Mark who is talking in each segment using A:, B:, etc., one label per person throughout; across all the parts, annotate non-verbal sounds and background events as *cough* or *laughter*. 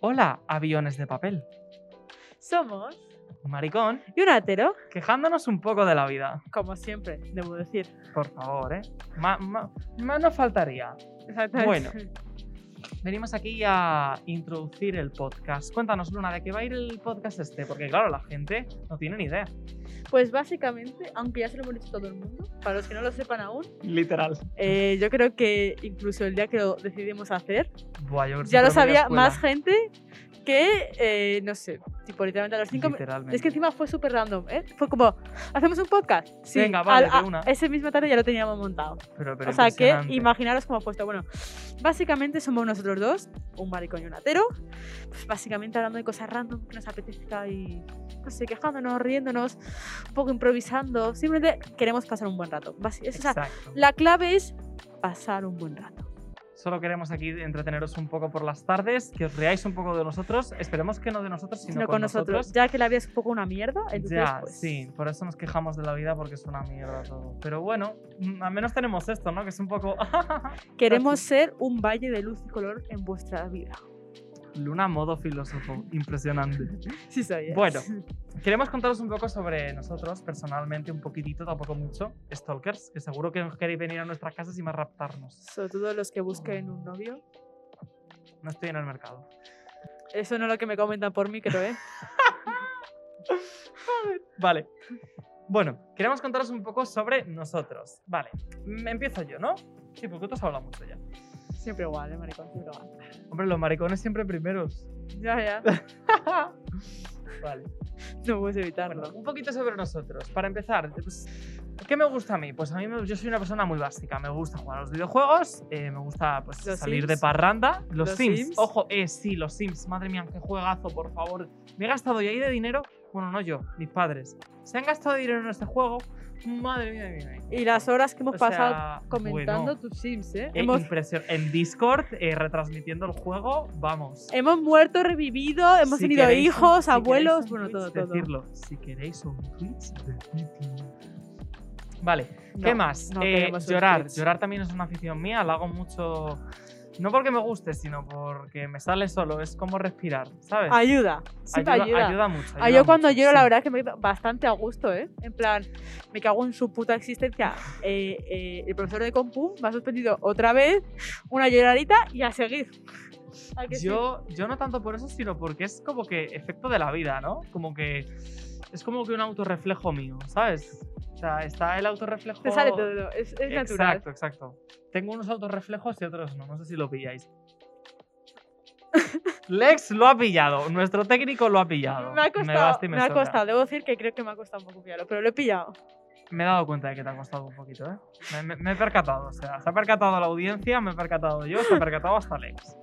A: Hola, aviones de papel.
B: Somos
A: Un maricón,
B: y un átero,
A: quejándonos un poco de la vida.
B: como siempre, debo decir.
A: Por favor, ¿eh? Ma- ma- más nos faltaría. Bueno. Venimos aquí a introducir el podcast. Cuéntanos, Luna, ¿de qué va a ir el podcast este? Porque, claro, la gente no tiene ni idea.
B: *laughs* Pues básicamente, aunque ya se lo hemos dicho todo el mundo, para los que no lo sepan aún,
A: Literal.
B: eh, yo creo que incluso el día que lo decidimos hacer,
A: Buah, yo creo que
B: ya lo
A: fue media
B: sabía
A: escuela.
B: más gente que, eh, no sé, tipo literalmente a los cinco minutos.
A: Literalmente.
B: Es que encima fue súper random, ¿eh? Fue como, ¿hacemos un podcast? Sí,
A: Venga, vale,
B: al- a-
A: de una.
B: Esa misma tarde ya lo teníamos montado.
A: Pero- pero
B: o sea que
A: impresionante.
B: imaginaros cómo ha puesto. Bueno, básicamente somos nosotros dos, un maricón y un atero, pues básicamente hablando de cosas random que nos apetezca y no sé, quejándonos, riéndonos, un poco improvisando. Simplemente queremos pasar un buen rato. Basi- es- o sea,
A: Exacto.
B: la clave es pasar un buen rato.
A: Solo queremos aquí entreteneros un poco por las tardes, que os reáis un poco de nosotros. Esperemos que no de nosotros, sino
B: Sino
A: con, nosotros.
B: ya que la vida es un poco una mierda, entonces
A: Ya,
B: pues,
A: sí, por eso nos quejamos de la vida porque es una mierda todo. Pero bueno, mm, al menos tenemos esto, ¿no? Que es un poco. *laughs*
B: queremos ser un valle de luz y color en vuestra vida.
A: Luna modo filósofo, impresionante.
B: Sí, soy. ¿eh?
A: *laughs* Bueno, queremos contaros un poco sobre nosotros, personalmente, un poquitito, tampoco mucho. Stalkers, que seguro que queréis venir a nuestras casas y más raptarnos.
B: Sobre todo los que busquen un novio.
A: No estoy en el mercado.
B: Eso no es lo que me comentan por micro, ¿eh?
A: Vale. Bueno, queremos contaros un poco sobre nosotros. Vale, mm, empiezo yo, ¿no? Sí, porque tú has hablado mucho ya.
B: Siempre igual, ¿eh, maricón? Siempre igual.
A: Hombre, los maricones siempre primeros.
B: Ya, ya.
A: *laughs* Vale.
B: No puedes evitarlo.
A: Bueno, un poquito sobre nosotros. Para empezar, pues, ¿qué me gusta a mí? Pues a mí me- yo soy una persona muy básica. Me gusta jugar a los videojuegos, eh, me gusta pues,
B: Los
A: salir
B: Sims.
A: de parranda. Los,
B: Los
A: Sims.
B: Sims.
A: Ojo, eh, sí, los Sims. Madre mía, qué juegazo, por favor. Me he gastado ya ahí de dinero. Bueno, no yo, mis padres. Se han gastado dinero en este juego. Madre mía, de mi vida.
B: y las horas que hemos
A: O
B: pasado
A: sea,
B: comentando
A: bueno,
B: tus sims, ¿eh?
A: eh,
B: hemos,
A: impresión- En Discord, eh, retransmitiendo el juego, vamos.
B: hemos muerto, revivido, hemos
A: Si
B: tenido
A: queréis un-
B: hijos,
A: si
B: abuelos,
A: queréis un
B: bueno, todo,
A: Twitch,
B: todo.
A: Decirlo. Si queréis un Twitch, decidlo. Vale,
B: No,
A: ¿qué más?
B: no
A: Eh,
B: queremos un
A: llorar.
B: Twitch.
A: Llorar también es una afición mía, la hago mucho. No porque me guste, sino porque me sale solo. Es como respirar, ¿sabes?
B: Ayuda, siempre ayuda.
A: mucho.
B: Ah,
A: ayuda
B: yo cuando
A: mucho,
B: lloro,
A: sí.
B: la verdad es que me quedo bastante a gusto, ¿eh? En plan, me cago en su puta existencia. Eh, eh, el profesor de compu me ha suspendido otra vez, una llorarita y a seguir. ¿A que sí?
A: Yo, yo no tanto por eso, sino porque es como que efecto de la vida, ¿no? Como que. Es como que un autorreflejo mío, ¿sabes? O sea, está el autorreflejo.
B: Te
A: *laughs*
B: sale todo, es, es natural.
A: Exacto, exacto. Tengo unos autorreflejos y otros no. No sé si lo pilláis.
B: *laughs*
A: Lex lo ha pillado. Nuestro técnico lo ha pillado.
B: Me ha costado,
A: basta y
B: me ha
A: sobra.
B: costado. Debo decir que creo que me ha costado un poco pillarlo, pero lo he pillado.
A: Me he dado cuenta de que te ha costado un poquito, ¿eh? Me, me- me he percatado. O sea, se ha percatado la audiencia, me he percatado yo, se ha percatado hasta
B: *laughs*
A: Lex. O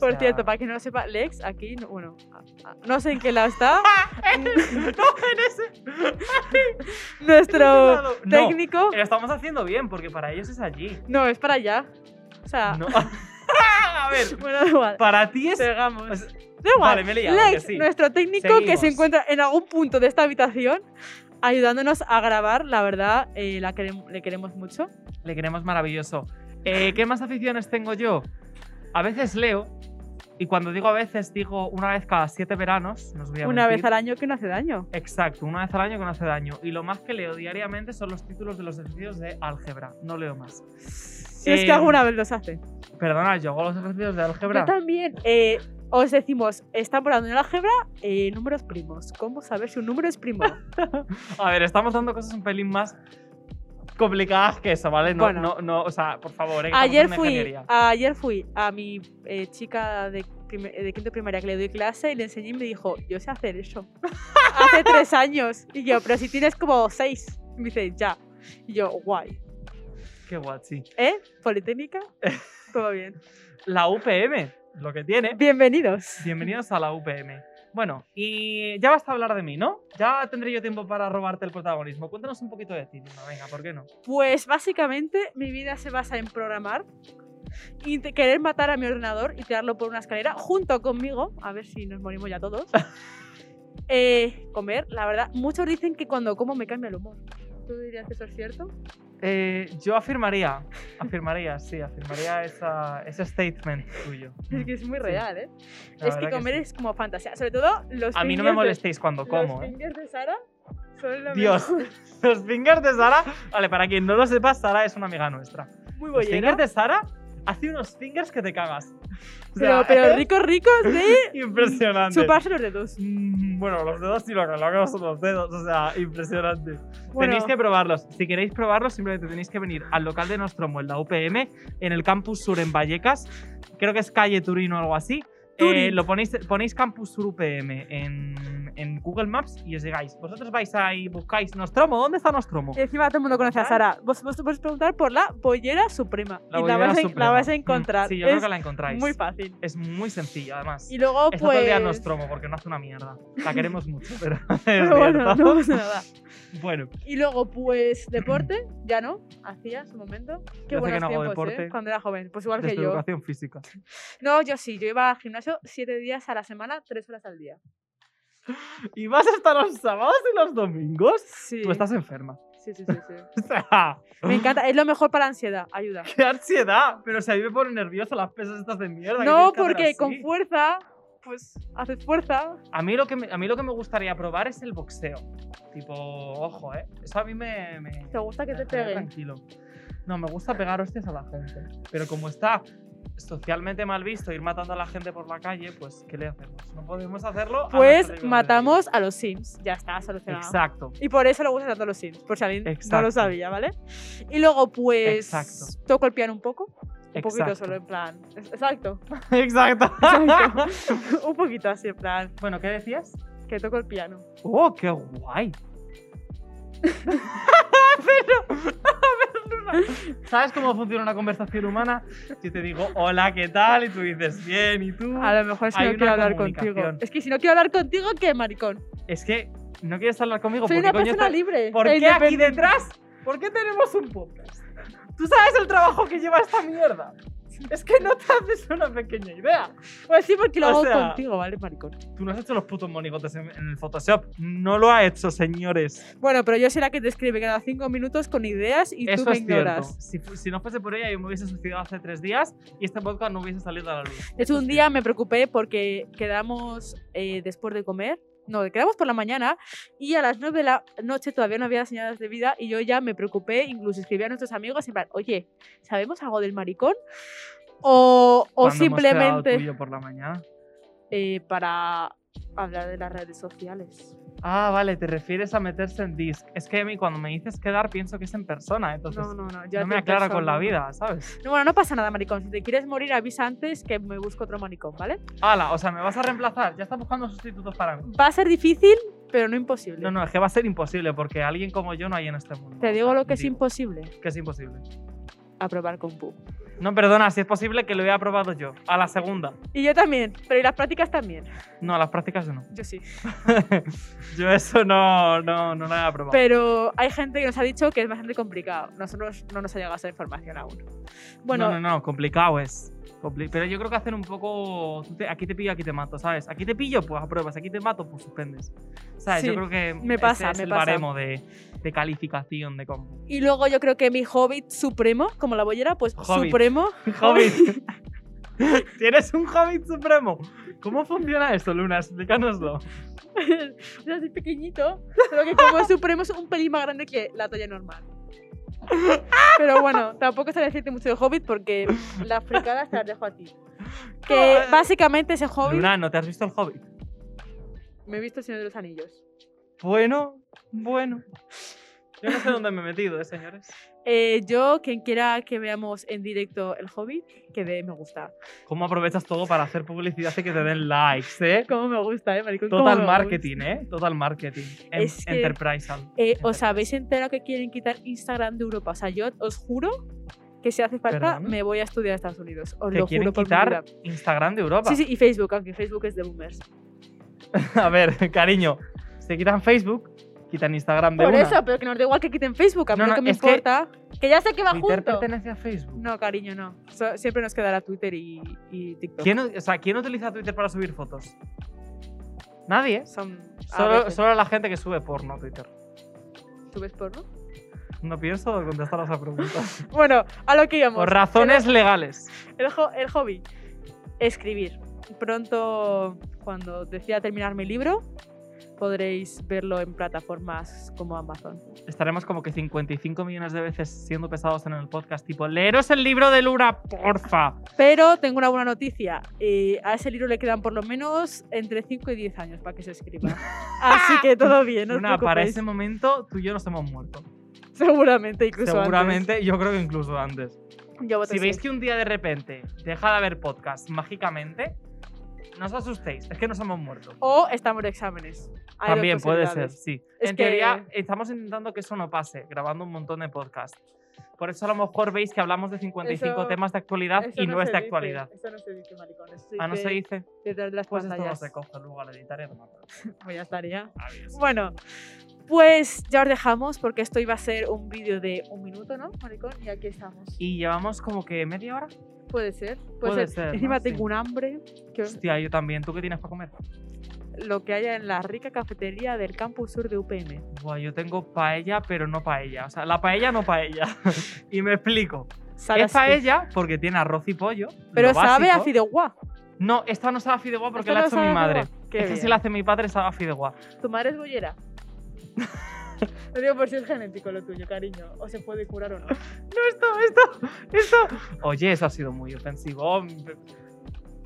B: Por
A: sea,
B: cierto, para que no lo sepa, Lex aquí, no- bueno, a- a- no sé en qué lado
A: *laughs*
B: está. *laughs* Nuestro
A: No,
B: técnico.
A: lo estamos haciendo bien porque para ellos es allí.
B: No, es para allá. O sea,
A: No. *laughs* A ver,
B: *laughs* bueno, da igual.
A: para ti es.
B: Pegamos.
A: o sea,
B: Da igual.
A: vale, me he liado, que
B: Lex,
A: sí.
B: nuestro técnico que se
A: Seguimos.
B: encuentra en algún punto de esta habitación ayudándonos a grabar, la verdad, eh, la querem- le queremos mucho.
A: Le queremos maravilloso. Eh, ¿Qué más aficiones tengo yo? A veces leo, y cuando digo a veces, digo una vez cada siete veranos. No os voy a
B: Una vez
A: mentir.
B: al año que no hace daño.
A: Exacto, una vez al año que no hace daño. Y lo más que leo diariamente son los títulos de los ejercicios de álgebra. No leo más.
B: Si es que
A: Eh,
B: alguna vez los hace.
A: Perdona, yo hago los ejercicios de álgebra.
B: Yo también. eh, os decimos, están por en el álgebra eh, números primos. ¿Cómo saber si un número es primo?
A: A ver, estamos dando cosas un pelín más complicadas que eso, ¿vale? No,
B: Bueno.
A: no, no, o sea, por favor, eh, que estamos
B: ayer,
A: en
B: fui,
A: ingeniería.
B: ayer fui a mi eh, chica de, prime- de quinto de primaria que le doy clase y le enseñé y me dijo, yo sé hacer eso. *laughs* Hace tres años. Y yo, pero si tienes como seis. Y me dice, ya. Y yo, guay.
A: Qué guachi.
B: ¿Eh?
A: *laughs*
B: Politécnica. Todo bien.
A: La UPM, lo que tiene.
B: Bienvenidos.
A: Bienvenidos a la UPM. Bueno, y ya basta hablar de mí, ¿no? Ya tendré yo tiempo para robarte el protagonismo. Cuéntanos un poquito de ti, Dima, venga, ¿por qué no?
B: Pues básicamente mi vida se basa en programar y te- querer matar a mi ordenador y tirarlo por una escalera junto conmigo, a ver si nos morimos
A: *laughs*
B: ya todos. Eh, comer, la verdad, muchos dicen que cuando como me cambia el humor. ¿Tú dirías que eso es cierto? *laughs*
A: Eh, yo afirmaría, afirmaría, sí, afirmaría esa, ese statement tuyo.
B: Es que es muy
A: Sí.
B: real, ¿eh?
A: La
B: es que
A: verdad que
B: comer
A: sí.
B: es como fantasía. Sobre todo los
A: A mí no
B: fingers
A: me
B: de-
A: molestéis cuando como,
B: Los
A: ¿eh?
B: fingers de Sara son lo
A: Dios.
B: mejor. *laughs*
A: Los fingers de Sara, vale, para quien no lo sepa, Sara es una amiga nuestra.
B: Muy
A: Los fingers
B: bollera.
A: de Sara hace unos fingers que te cagas. O
B: Pero,
A: sea, *laughs*
B: pero
A: es
B: ricos, ricos
A: *laughs*
B: de
A: Impresionante.
B: chuparse los dedos.
A: Mm, Bueno, los dedos sí lo que lo hagamos son los dedos, o sea, impresionante.
B: Bueno,
A: Tenéis que probarlos. Si queréis probarlos, simplemente tenéis que venir al local de Nostromo, en la UPM, en el Campus Sur en Vallecas. Creo que es calle Turín o algo así. Eh,
B: Turín.
A: lo ponéis, ponéis Campus Sur UPM en, en Google Maps y os llegáis. Vosotros vais ahí, buscáis Nostromo. ¿Dónde está Nostromo?
B: Encima todo el mundo conoce a
A: ¿Vale?
B: Sara. Vos, vos te podéis preguntar por la bollera suprema. y
A: Bolivia
B: la, vas a, la
A: Suprema.
B: vas a
A: Mm,
B: encontrar.
A: Sí, yo
B: es
A: creo que la encontráis.
B: muy fácil.
A: es muy sencilla, además.
B: Y luego,
A: Está todo el día
B: pues.
A: Nostromo porque no hace una mierda. La queremos mucho,
B: *laughs*
A: pero. *laughs* es
B: pero bueno,
A: mierda.
B: *laughs* no pasa nada.
A: bueno,
B: Y luego, pues, deporte, ya no, hacía en su momento. Qué
A: hace
B: buenos
A: que no hago
B: tiempos,
A: deporte.
B: ¿eh? Cuando era joven, pues igual que
A: desde
B: yo.
A: educación física.
B: No, yo sí, yo iba al gimnasio siete días a la semana, tres horas al día.
A: ¿Y vas a estar los sábados y los domingos?
B: Sí.
A: Tú estás enferma.
B: Sí, sí, sí, sí.
A: *laughs* O sea,
B: Me encanta, es lo mejor para la ansiedad, ayuda.
A: ¡Qué ansiedad! Pero si a mí me pone nerviosa las pesas estas de mierda. que tienes
B: No,
A: que hacer
B: porque
A: así.
B: con fuerza, pues, haces fuerza.
A: A mí, lo que me, a mí lo que me gustaría probar es el boxeo. Tipo, ojo, ¿eh? Eso a mí me... me
B: ¿Te gusta que
A: me
B: te
A: dejaría
B: peguen?
A: Tranquilo. No, me gusta pegar hostias a la gente. Pero como está socialmente mal visto ir matando a la gente por la calle, pues ¿qué le hacemos? No podemos hacerlo. a nuestra
B: Pues
A: rival
B: matamos a los Sims, ya está
A: del día.
B: solucionado.
A: Exacto.
B: Y por eso lo gustan tanto los Sims, por si alguien no
A: Exacto.
B: lo sabía, ¿vale? Y luego, pues,
A: Exacto.
B: toco el piano un poco, un poquito
A: Exacto.
B: solo, en plan, exacto,
A: *laughs*
B: *laughs*
A: Exacto.
B: un poquito así, en plan,
A: bueno, ¿qué decías?
B: que toco el piano.
A: ¡Oh, qué guay! *laughs* Pero- Pero- ¿Sabes cómo funciona una conversación humana? Yo te digo, hola, ¿qué tal? Y tú dices, bien, ¿y tú?
B: A lo mejor si
A: Hay
B: no
A: una
B: quiero hablar contigo.
A: comunicación.
B: Es que si no quiero hablar contigo, ¿qué maricón?
A: Es que no quieres hablar conmigo
B: Soy
A: porque
B: una
A: coño
B: persona
A: te-
B: libre.
A: ¿Por
B: e
A: qué aquí
B: independiente.
A: detrás? ¿Por qué tenemos un podcast? ¿Tú sabes el trabajo que lleva esta mierda? Es que no te haces una pequeña idea.
B: Pues sí, porque lo
A: O
B: hago
A: sea-
B: contigo, ¿vale, maricón?
A: Tú no has hecho los putos monigotes en, en el Photoshop. No lo ha hecho, señores.
B: Bueno, pero yo soy la que te escribe cada cinco minutos con ideas y
A: Eso
B: tú me
A: es
B: ignoras.
A: cierto. Si, fu- si no fuese por ella, yo me hubiese suicidado hace tres días y este podcast no hubiese salido a la luz.
B: De hecho, un día me preocupé porque quedamos eh, después de comer. No, quedamos por la mañana y a las 9 de la noche todavía no había señales de vida y yo ya me preocupé, incluso escribí a nuestros amigos en plan, oye, ¿sabemos algo del maricón? O, o
A: Cuando hemos quedado
B: simplemente...
A: tú y yo por la mañana.
B: eh, para hablar de las redes sociales.
A: Ah, vale, te refieres a meterse en disc. Es que a mí cuando me dices quedar pienso que es en persona, entonces
B: No,
A: no,
B: no, no. yo a
A: me
B: ti
A: aclara
B: persona.
A: con la vida, ¿sabes?
B: No, bueno, no pasa nada, maricón. Si te quieres morir, avisa antes que me busco otro maricón, ¿vale?
A: Hala, o sea, me vas a reemplazar, ya estás buscando sustitutos para mí.
B: Va a ser difícil, pero no imposible.
A: No, no, es que va a ser imposible porque alguien como yo no hay en este mundo.
B: Te
A: o
B: digo
A: sea,
B: lo que es
A: digo
B: imposible.
A: que es imposible.
B: Aprobar con PU.
A: No, perdona, si es posible que lo haya aprobado yo, a la segunda.
B: Y yo también, pero y las prácticas también.
A: No, a las prácticas yo no. *laughs*
B: Yo sí.
A: Yo eso no, no, no lo he aprobado.
B: Pero hay gente que nos ha dicho que es bastante complicado. Nosotros no nos ha llegado esa información aún. Bueno,
A: No, no, no, complicado es. Compli- Pero yo creo que hacer un poco. tú te- Aquí te pillo, aquí te mato, ¿sabes? Aquí te pillo, pues apruebas. Aquí te mato, pues suspendes. ¿Sabes?
B: Sí,
A: yo creo que.
B: me
A: ese
B: pasa,
A: es
B: me
A: el
B: pasa.
A: baremo de, de calificación de
B: *laughs*
A: combo.
B: y luego yo creo que mi hobbit supremo, como la bollera, pues
A: Hobbit.
B: supremo. *laughs*
A: ¡Hobbit! ¿Tienes un hobbit *laughs* supremo? ¿Cómo funciona esto, Luna? Explícanoslo.
B: o sea, así pequeñito, pero que como es supremo es un pelín más grande que la talla normal. Pero bueno, tampoco sabría decirte mucho de Hobbit porque las fricadas te las dejo a
A: *laughs*
B: ti. Que
A: Ay.
B: básicamente ese Hobbit
A: Luna, ¿no te has visto el hobbit?
B: me he visto el Señor de los Anillos.
A: Bueno, bueno. Yo no sé dónde me he metido, ¿eh, señores?
B: Eh, yo, quien quiera que veamos en directo el Hobbit, que dé me gusta.
A: ¿Cómo aprovechas todo para hacer publicidad y que te den likes, eh?
B: Cómo me gusta, ¿eh, maricón? cómo me
A: Total
B: gusta.
A: marketing, ¿eh? Total marketing. Em-
B: Es que-
A: Enterprisal.
B: Eh, ¿Os habéis enterado que quieren quitar Instagram de Europa? O sea, yo os juro que si hace falta
A: ¿Perdona?
B: me voy a estudiar a Estados Unidos. Os
A: Te
B: lo
A: quieren
B: juro por mi vida.
A: quitar Instagram de Europa.
B: Sí, sí, y Facebook, aunque Facebook es de boomers.
A: *laughs* A ver, cariño, se quitan Facebook, quitan Instagram de
B: Por
A: una.
B: eso, pero que nos da igual que quiten Facebook, a mí
A: No,
B: lo
A: no,
B: que me
A: es que-
B: importa. Que... ya sé que va
A: Twitter
B: junto.
A: pertenece a Facebook.
B: No, cariño, no. So- siempre nos quedará Twitter y, y TikTok.
A: ¿Quién, o sea, ¿quién utiliza Twitter para subir fotos? Nadie.
B: Son, a
A: Solo,
B: veces.
A: solo la gente que sube porno a Twitter.
B: ¿Tú ves porno?
A: No pienso contestar a esa
B: *laughs*
A: pregunta.
B: Bueno, a lo que íbamos.
A: Por razones legales.
B: El, jo- el hobby. Escribir. Pronto, cuando decida terminar mi libro, podréis verlo en plataformas como Amazon.
A: Estaremos como que 55 millones de veces siendo pesados en el podcast, tipo, leeros el libro de Lura, porfa.
B: Pero tengo una buena noticia. eh, a ese libro le quedan por lo menos entre 5 y 10 años para que se
A: *laughs*
B: escriba. Así que todo bien, no os
A: Luna, para
B: *laughs* preocupéis.
A: ese momento tú y yo nos hemos muerto.
B: Seguramente, incluso
A: Seguramente, yo creo que incluso antes.
B: antes. Yo voto
A: Si
B: sí.
A: veis que un día de repente deja de haber podcast mágicamente, no os asustéis, es que nos hemos muerto.
B: O estamos de exámenes. Hay dos
A: También puede ser,
B: posibilidades.
A: sí.
B: Es
A: en
B: que-
A: teoría, estamos intentando que eso no pase, grabando un montón de podcasts. Por eso a lo mejor veis que hablamos de 55
B: Eso-
A: temas de actualidad
B: Eso
A: Ah, y no, es de
B: se dice,
A: actualidad.
B: Eso no se dice, maricones. Se
A: Ah, no
B: dice
A: se dice.
B: Detrás de las
A: Pues esto no
B: pantallas.
A: se coge luego al editar y no me acuerdo.
B: Pues ya estaría.
A: Adiós.
B: Bueno, pues ya os dejamos porque esto iba a ser un vídeo de un minuto, ¿no, maricón? Y aquí estamos.
A: Y llevamos como que media hora.
B: Puede ser. Puede,
A: Puede
B: ser.
A: ser, ¿no?
B: Encima
A: Sí.
B: tengo un hambre. que os-
A: Hostia, yo también. ¿Tú qué tienes para comer?
B: lo que haya en la rica cafetería del campus sur de UPM.
A: Buah, yo tengo paella, pero no paella. O sea, la paella no
B: *laughs*
A: paella. y me explico.
B: Sabe
A: es
B: así.
A: paella porque tiene arroz y pollo.
B: Pero
A: lo
B: sabe a
A: básico.
B: fideuá.
A: No, esta no sabe a fideuá porque
B: Esto
A: la ha
B: no
A: hecho
B: sabe
A: mi
B: a
A: madre.
B: fideuá. Qué
A: Es que
B: bien.
A: si la hace mi padre, sabe a fideuá.
B: ¿Tu madre es *laughs* gollera? Lo digo por si es genético lo tuyo, cariño. O se puede curar o no.
A: esto, esto, esto. Oye, eso ha sido muy ofensivo. Hombre.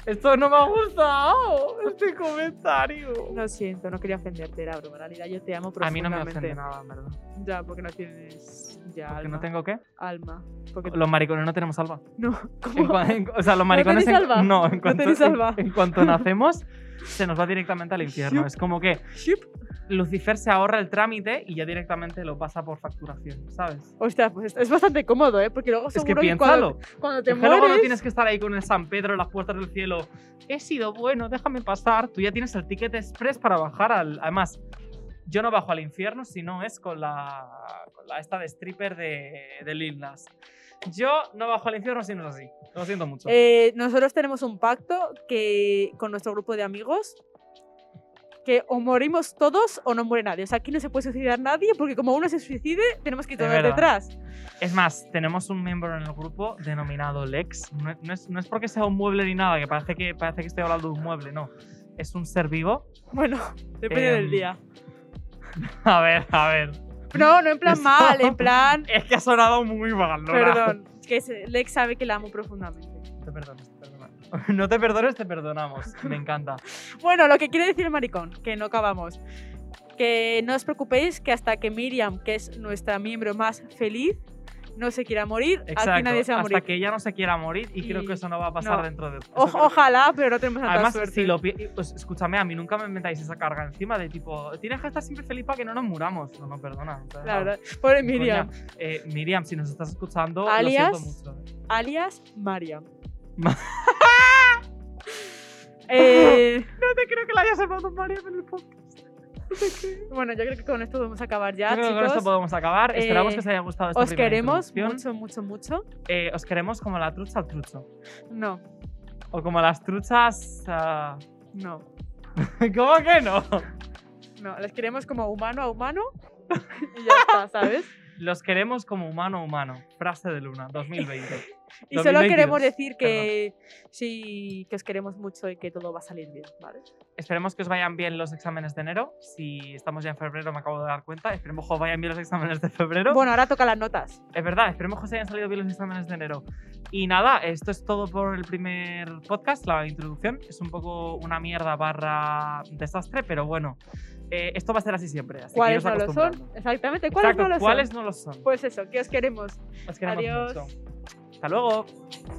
A: Esto no me ha gustado, este comentario.
B: Lo siento, no quería ofenderte, era broma. En realidad yo te amo
A: a mí no
B: profundamente.
A: me ofende nada, en verdad.
B: Ya, porque no tienes ya
A: Porque
B: alma.
A: no tengo qué.
B: alma. Porque
A: Los maricones no tenemos alma.
B: no.
A: En
B: ¿Cómo?
A: cua- en- o sea, los maricones.
B: tenéis
A: en-
B: alma?
A: No, en
B: ¿No
A: cuanto,
B: tenéis
A: en-
B: alma?
A: En, cuanto nacemos, se nos va directamente al infierno.
B: Shup.
A: Es como que
B: Shup.
A: Lucifer se ahorra el trámite y ya directamente lo pasa por facturación, ¿sabes?
B: Ostras, pues es bastante cómodo, ¿eh? Porque luego
A: Es que
B: seguro que,
A: piénsalo.
B: cuando, cuando te
A: Es que luego
B: mueres...
A: no tienes que estar ahí con el San Pedro en las puertas del cielo. He sido bueno, déjame pasar. Tú ya tienes el ticket express para bajar al. Además, yo no bajo al infierno si no es con la. con la esta de stripper de, de Lil Nas. Yo no bajo al infierno si no es así. Lo siento mucho.
B: Eh, nosotros tenemos un pacto que con nuestro grupo de amigos que o morimos todos o no muere nadie. O sea, aquí no se puede suicidar nadie porque como uno se suicide, tenemos que ir
A: Es
B: todos
A: verdad.
B: detrás.
A: Es más, tenemos un miembro en el grupo denominado Lex. No, no es, no es porque sea un mueble ni nada, que parece que, parece que estoy hablando de un mueble, no. Es un ser vivo. *laughs*
B: Bueno, *laughs* depende del
A: Em.
B: día.
A: A ver, a ver.
B: No, no
A: *laughs*
B: en plan
A: eso-
B: mal, en plan...
A: Es que ha sonado muy mal, Lola.
B: Perdón, que se- Lex sabe que la amo profundamente.
A: Te perdono, te perdono. *laughs* No te perdones, te perdonamos. Me
B: *laughs*
A: encanta.
B: Bueno, lo que quiere decir el maricón, que no acabamos. Que no os preocupéis que hasta que Miriam, que es nuestra miembro más feliz, no se quiera morir, aquí nadie se va a
A: hasta
B: morir.
A: que ella no se quiera morir y, creo
B: Y-
A: que eso no va a pasar
B: no.
A: dentro de... eso
B: O-
A: creo-
B: ojalá, pero no tenemos tanta
A: Además,
B: suerte.
A: si lo pi- y, pues, escúchame, a mí nunca me metáis esa carga encima de tipo, tienes que estar siempre feliz para que no nos muramos. No, no, perdona. o sea,
B: La verdad. Pobre
A: coña.
B: *laughs* Miriam.
A: Eh, Miriam, si nos estás escuchando, lo
B: Alias.
A: siento
B: *laughs*
A: mucho.
B: Alias Mariam.
A: Ma-
B: *laughs*
A: *laughs*
B: Eh,
A: No te creo que la hayas llamado Miriam en el podcast.
B: bueno, yo creo que con esto podemos acabar ya,
A: creo que con
B: chicos.
A: esto podemos acabar.
B: eh,
A: Esperamos que os haya gustado esta
B: Os
A: primera
B: queremos
A: introducción.
B: mucho, mucho, mucho.
A: Eh, os queremos como la trucha al trucho.
B: No,
A: O como las truchas... ah, *laughs*
B: no,
A: ¿Cómo que no?
B: no. Les queremos como humano
A: *laughs*
B: a humano. Y ya está, ¿sabes?
A: Los queremos como humano a humano. Frase de Luna, 2020.
B: Y solo
A: 2022,
B: queremos decir que sí, que os queremos mucho y que todo va a salir bien, ¿vale?
A: Esperemos que os vayan bien los exámenes de enero. Si estamos ya en febrero, me acabo de dar cuenta. Esperemos que os vayan bien los exámenes de febrero.
B: Bueno, ahora toca las notas.
A: Es verdad, esperemos que os hayan salido bien los exámenes de enero. Y nada, esto es todo por el primer podcast, la introducción. Es un poco una mierda barra desastre, pero bueno, eh, esto va a ser así siempre. Así que iros
B: ¿Cuáles no lo
A: acostumbrando.
B: son? Exactamente, ¿cuáles
A: Exacto,
B: no lo
A: ¿cuáles
B: son?
A: no lo son?
B: Pues eso, que os queremos.
A: Os queremos
B: Adiós.
A: mucho. Hasta luego.